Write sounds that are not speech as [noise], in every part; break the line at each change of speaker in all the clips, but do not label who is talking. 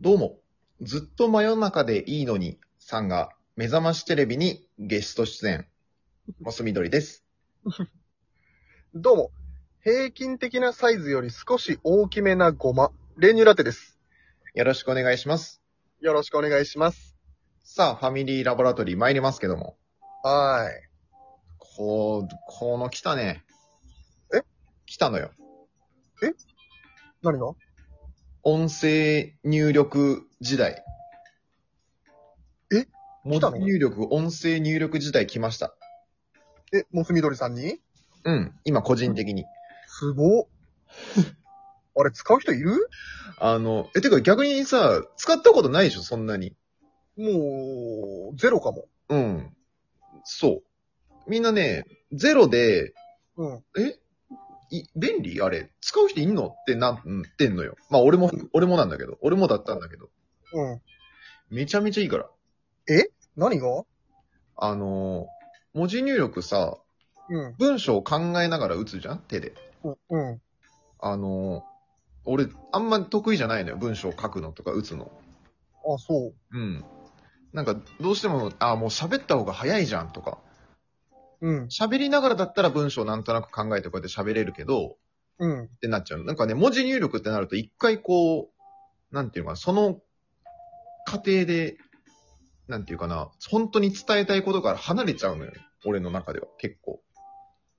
どうも、ずっと真夜中でいいのにさんが目覚ましテレビにゲスト出演、モスみどりです。
どうも。平均的なサイズより少し大きめなごま、練乳ラテです。
よろしくお願いします。
よろしくお願いします。
さあ、ファミリーラボラトリー参りますけども。
は
こう、この来たね。
え
来たのよ。
ーい。何の
音声入力時代。
え
文
来たの
字入力、音声入力時代来ました。
え、モスみどりさんに
うん、今個人的に。
すごっ。 [laughs] あれ、使う人いる
あの、え、てか逆にさ、使ったことないでしょ、そんなに。
もう、ゼロかも。
うん。そう。みんなね、ゼロで、
うん。
えい便利あれ使う人いんのってなってんのよ。まあ俺も、俺もなんだけど、俺もだったんだけど。
うん。
めちゃめちゃいいから。
何が
あのー文字入力さ、
うん。
文章を考えながら打つじゃん手で。
うん。うん。
あのー俺、あんま得意じゃないのよ。文章を書くのとか打つの。
あ、そう。
うん。なんか、どうしても、あもう喋った方が早いじゃんとか。
うん。
喋りながらだったら文章なんとなく考えてこうやって喋れるけど、
うん
っ。てなっちゃう。なんかね、文字入力ってなると、一回こう、なんていうのかな、その過程で、なんていうかな、本当に伝えたいことから離れちゃうのよ。俺の中では、結構。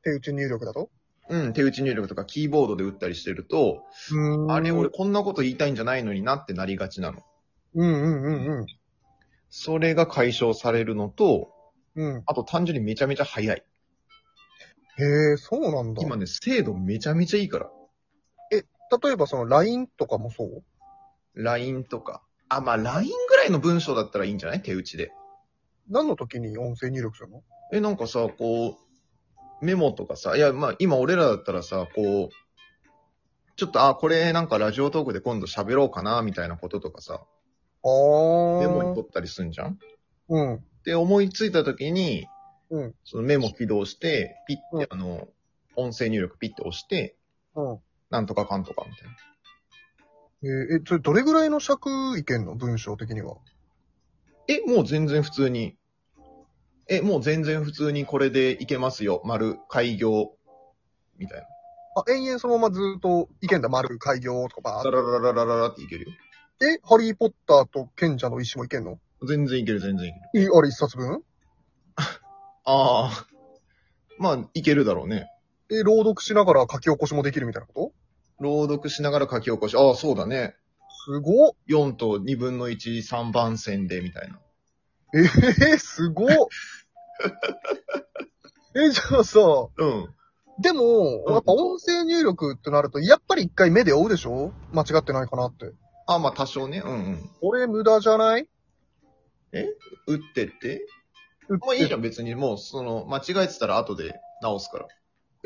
手打ち入力だと
うん、手打ち入力とかキーボードで打ったりしてると、
う
あれ俺。こんなこと言いたいんじゃないのになってなりがちなの。
うんうんうん
それが解消されるのと、
うん。うん。
あと単純にめちゃめちゃ早い。
へえ、そうなんだ。
今ね、精度めちゃめちゃいいから。
例えばその LINE とかもそう
LINE とか。あ、まあ LINE ぐらいの文章だったらいいんじゃない手打ちで。
何の時に音声入力するの
え、なんかさ、こう、メモとかさ、いや、まあ、今俺らだったらさ、こう、ちょっと、あ、これなんかラジオトークで今度喋ろうかな、みたいなこととかさ、
あー。
メモに取ったりすんじゃん
うん。
で、思いついた時に、
うん
そのメモ起動して、ピッ
う
て
ん、
あの、音声入力ピッて押して、
うん。
なんとかかんとか、みたいな。
えーえ、それどれぐらいの尺いけんの文章的には。
え、もう全然普通に。え、もう全然普通にこれでいけますよ。丸、開業、みたい
あ、延々そのままずーっといけんだ。丸、開業と
な。
かばー
ダ
っ
ララララララっていけるよ。
と。え、ハリーポッターと賢者の石もいけんの
全然いける、全然いける。
いあれ一冊分
ああ。まあ、いけるだろうね。
え、朗読しながら書き起こしもできるみたいなこと
朗読しながら書き起こし。ああ、そうだね。
すごっ
4と2分の1、3番線で、みたいな。
えー、すごっ [laughs] え、じゃあさ、
うん。
でも、
うん
やっぱ音声入力ってなると、やっぱり一回目で追うでしょ間違ってないかなって。
ああ、まあ、多少ね。うんうん。
俺無駄じゃない
打ってって。ま
も
あ、いいじ
ゃ
ゃん、別に。もう、その、間違えてたら後で直すから。
ん。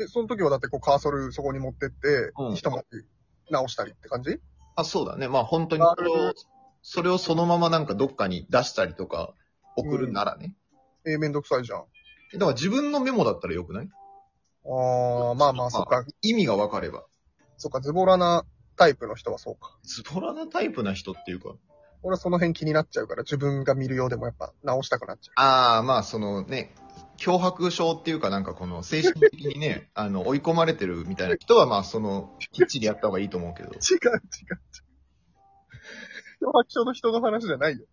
その時はだってこうカーソルそこに持ってって、
うん
一文字直したりって感じ
あ、そうだね。まあ、本当に
な
そ
る
れ
ほど
を、それをそのままなんかどっかに出したりとか、送るならね。
えー、めんどくさいじゃん。
だから自分のメモだったらよくない
ああ、まあまあ、そっか、
意味がわかれば。
そっか、ズボラなタイプの人はそうか。
ズボラなタイプな人っていうか。
俺はその辺気になっちゃうから、自分が見るようでもやっぱ直したくなっちゃ
ああ、まあ、そのね、脅迫症っていうかなんかこの精神的にね、あの、追い込まれてるみたいな人はまあ、その、きっちりやった方がいいと思うけど。
う。違う違う違う。脅迫症の人の話じゃないよ。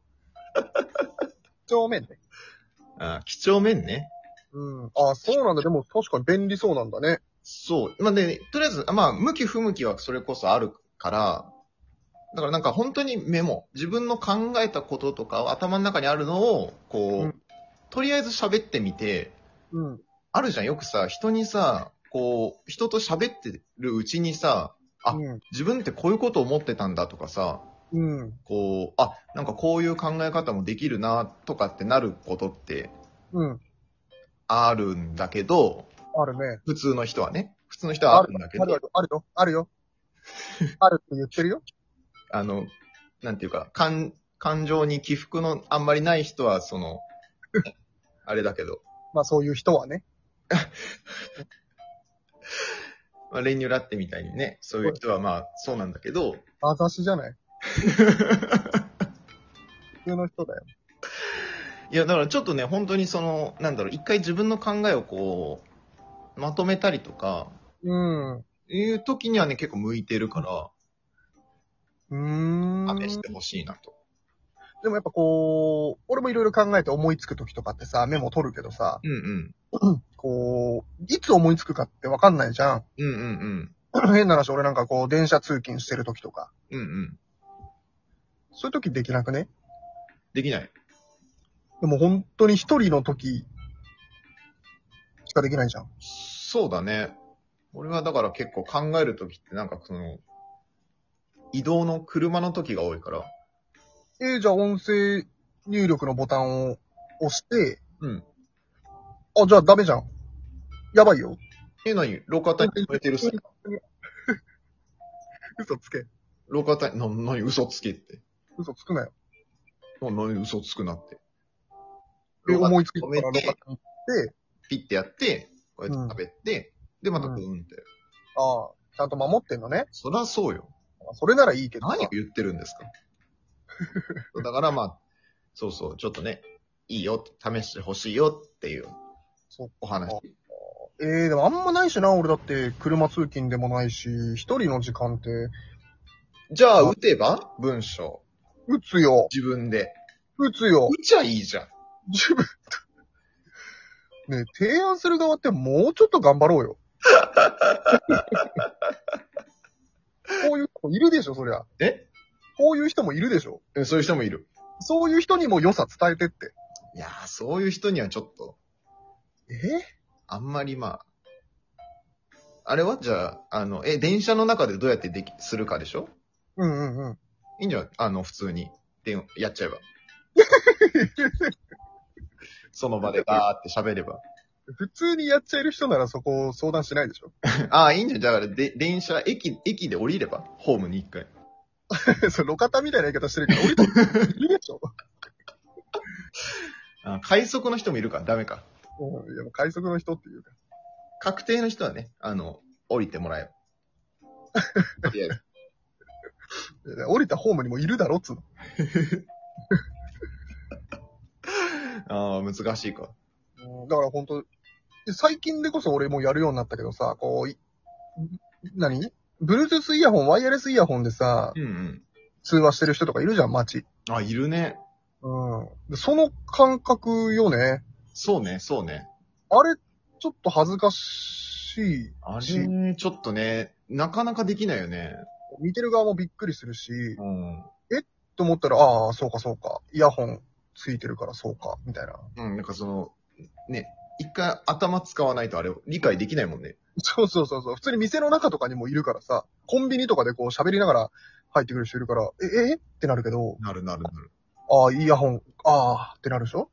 正面ね。
あー几帳面ね。
うん。ああ、そうなんだ。でも確かに便利そうなんだね。
そう。まあね、とりあえず、まあ、向き不向きはそれこそあるから、だからなんか本当にメモ、自分の考えたこととか頭の中にあるのを、こう、
うん
とりあえず喋ってみて、
うん。
あるじゃん、よくさ、人にさ、こう、人と喋ってるうちにさ、あ
うん。
自分ってこういうことを思ってたんだとかさ、
うん。
こう、あ、なんかこういう考え方もできるな、とかってなることって
うん。
あるんだけど、
あるね。
普通の人はね。普通の人はあるんだけ
ある
ど
あ、る、あるよ。あるよ。あるって言ってるよ。
あの、なんていうか、感、感情に起伏のあんまりない人は、その、 [laughs] あれだけど、
まあそういう人はね。
まあ、練乳ラッテみたいにね、そういう人はまあ、そうなんだけど、
あざしじゃない普通の人だよ。
いや、だからちょっとね、本当にその、なんだろう、一回自分の考えをこう、まとめたりとか、
うん。
いう時にはね、結構向いてるか
うー
ら、
ん。
試してほしいなと。
でもやっぱこう、俺もいろいろ考えて思いつく時とかってさ、メモ取るけどさ、
うんうん。
こう、いつ思いつくかってわかんないじゃん。 [clears throat]
うんうん
変な話、俺なんかこう、電車通勤してる時とか。
うん。うんうん。
そういう時できなくね
できない。
でも本当に一人の時しかできないじゃん。
そうだね。俺はだから結構考える時ってなんかその、移動の車の時が多いから。
えーじゃあ音声入力のボタンを押して、
うん。
あ、じゃあダメじゃん。やばいよ。
え、なに廊下帯に止めてるっすか
嘘つけ。
廊下帯、な、なに嘘つけって。
嘘つくなよ。
な、なに嘘つくなって。
え、
廊下
思いついた
止
か
め
ら
て
ロカに行って、
ピッてやって、こうやって食べて、で、またブーンって。
ああ、ちゃんと守ってんのね。
そりゃそうよ。
それならいいけどさ。
何を言ってるんです
[laughs]
かだからまあ、そうそう、ちょっとね、いいよ、試してほしいよっていう
そっ
お話。
えー、でもあんまないしな、俺だって、車通勤でもないし、一人の時間って、
じゃあ、打てば文章。
打つよ、
自分で。
打つよ、
打ちゃいいじゃん。
自分 [laughs] と。ねえ提案する側ってもうちょっと頑張ろうよ。 [laughs] こういう人もいるでしょ、そりゃ。
え
こういう人もいるでしょ。
えそういう人もいる。
そういう人にも良さ伝えてって。
いやー、そういう人にはちょっと、
え
あんまりまあ、あれはじゃあ、あの、え、電車の中でどうやってでき、するかでしょ
うんうんうん。
いいんじゃないあの、普通に。で、やっちゃえば。その場でバーって喋れば。
普通にやっちゃえる人ならそこを相談しないでしょ。 [laughs]
ああ、いいんじゃん。だから、で、電車、駅、駅で降りれば、ホームに一回。
そう、路肩みたいな言い方してるけど、俺といるでしょ。
あ快速の人もいるから、ダメか。
うん、いやもう快速の人っていうか。
確定の人はね、あの、降りてもらえば。とりあえず。
いや降りたホームにもいるだろっつうの。
ああ、難しいか。
うんだから本当最近でこそ俺もやるようになったけどさ、こう、い何 ?Bluetooth イヤホン、ワイヤレスイヤホンでさ、
うんうん。
通話してる人とかいるじゃん、街。
あ、いるね。
うん。でその感覚よね。
そうね、そうね。
あれ、ちょっと恥ずかしい。
あ
し
れ、ちょっとね、なかなかできないよね。
見てる側もびっくりするし、
うん。
と思ったら、ああ、そうかそうか。イヤホンついてるからそうか、みたいな。 [laughs]
うん、なんかその、ね、一回頭使わないとあれ、理解できないもんね。
そうそうそうそう。普通に店の中とかにもいるからさ、コンビニとかでこう喋りながら入ってくる人いるから、え、えってなるけど、
なるなるなる。
ああ、イヤホン、ああ、ってなるでしょ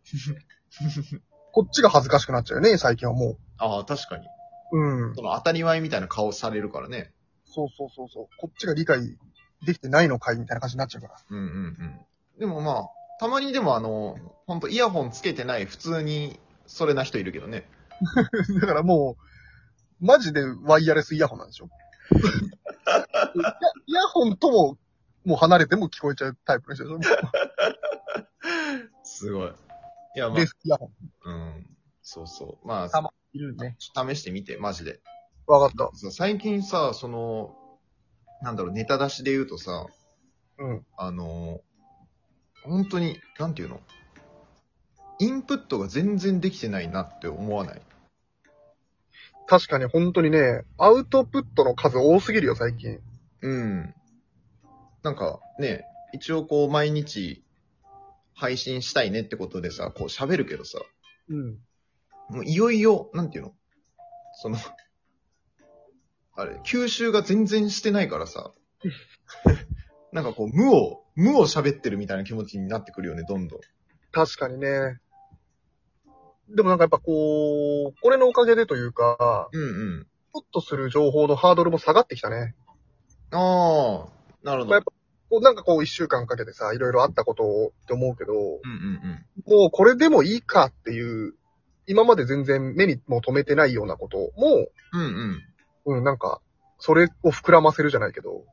こっちが恥ずかしくなっちゃうよね、最近はも
ああ、確かに。
う。うん。
その当たり前みたいな顔されるからね。
そうそうそうそう。こっちが理解できてないのかいみたいな感じになっちゃうから。
うんうんうん。でもまあ、たまにでもあの、ほんとイヤホンつけてない普通に、それな人いるけどね。
だから [laughs] もう、マジでワイヤレスイヤホンなんでしょイヤイヤホンとも、もう離れても聞こえちゃうタイプの人でしょも
すごい。いや
う
ま
デスクイヤホン。
あ、うん。そうそう。ま
た
あ
ま、いるね。
試してみて、マジで。
わかった。
そう最近さ、その、なんだろう、ネタ出しで言うとさ、
うん。
あの、本当に、なんていうのインプットが全然できてないなって思わない。
確かに本当にね、アウトプットの数多すぎるよ、最近。
うん。なんかね、一応こう毎日配信したいねってことでさ、こう喋るけどさ、
うん。
もういよいよ、なんていうのその、あれ、吸収が全然してないから [laughs] さ、なんかこう無を、無を喋ってるみたいな気持ちになってくるよね、どんどん。
確かにね。でもなんかやっぱこう、これのおかげでというか、
うんうん。
ちょっとする情報のハードルも下がってきたね。
ああ、なるほど。
やっこうなんかこう一週間かけてさ、いろいろあったことをって思うけど、
うんうん
もうこれでもいいかっていう、今まで全然目にも留めてないようなことも、
うん。うんうん。
うん、なんか、それを膨らませるじゃないけど、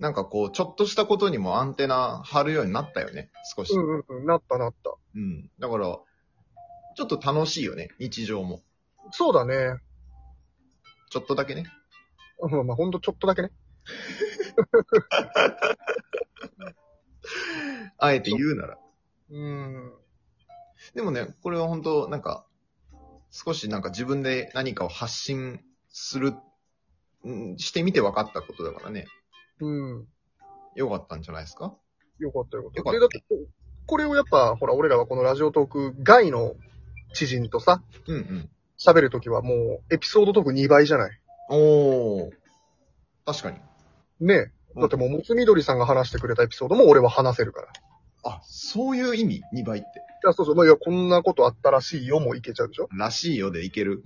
なんかこう、ちょっとしたことにもアンテナ張るようになったよね、少し。
うんうんうん。なったなった。
うん。だから、ちょっと楽しいよね、日常も。
そうだね。
ちょっとだけね。
うんまあ、ほんとちょっとだけね。
あえて言うなら。
うん。
でもね、これは本当なんか、少しなんか自分で何かを発信する、うんしてみて分かったことだからね。
うん。
よかったんじゃないですか
よかったよか
よ
っ
かっ
た。
た
で、だって、これをやっぱ、ほら、俺らはこのラジオトーク外の知人とさ、
うんうん。
喋るときはもう、エピソードトーク2倍じゃない。
おー。確かに。
ねえ。だってもう、もつみどりさんが話してくれたエピソードも俺は話せるから。い
あ、そういう意味 ?2 倍って。
や、そうそう、まあ、いや、こんなことあったらしいよもいけちゃうでしょ
らしいよでいけ
[laughs]
る。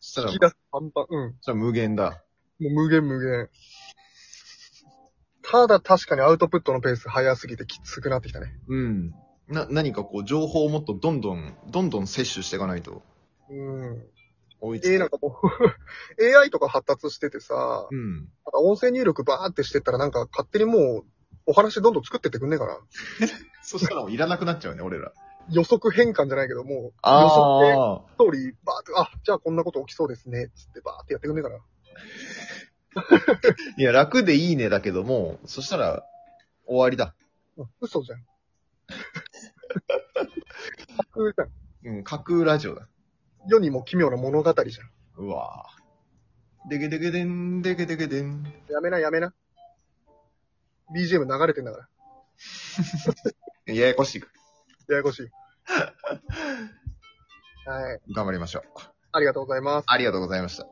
そしたら、
引
そ
き
し
出すパンパン。うん。
たら無限だ。
もう無限無限。ただ確かにアウトプットのペース早すぎてきつくなってきたね。
うん。な、何かこう、情報をもっとどんどん、どんどん摂取していかないと、
うん。
追いつ
えー、
か
なんかもう、AI [laughs] とか発達しててさ、
うん。
なんか音声入力バーってしてったらなんか勝手にもう、お話どんどん作ってってくんねえかな。
そしたらもういらなくなっちゃうね、俺ら。
予測変換じゃないけど、もう、予測で
ああ。
ストーリーバーって、あ、じゃあこんなこと起きそうですね、つってバーってやってくんねえかな。
いや、楽でいいねだけども、そしたら、終わりだ。
うん嘘じゃん。 [laughs] 架空じゃん。
うん、架空ラジオだ。
世にも奇妙な物語じゃん。
うわぁ。でけでけでん、でけでけでん。
やめなやめな。BGM 流れてんだから。
ややこしいか
ややこしい。はい。
ら頑張りましょう。
ありがとうございます。
ありがとうございました。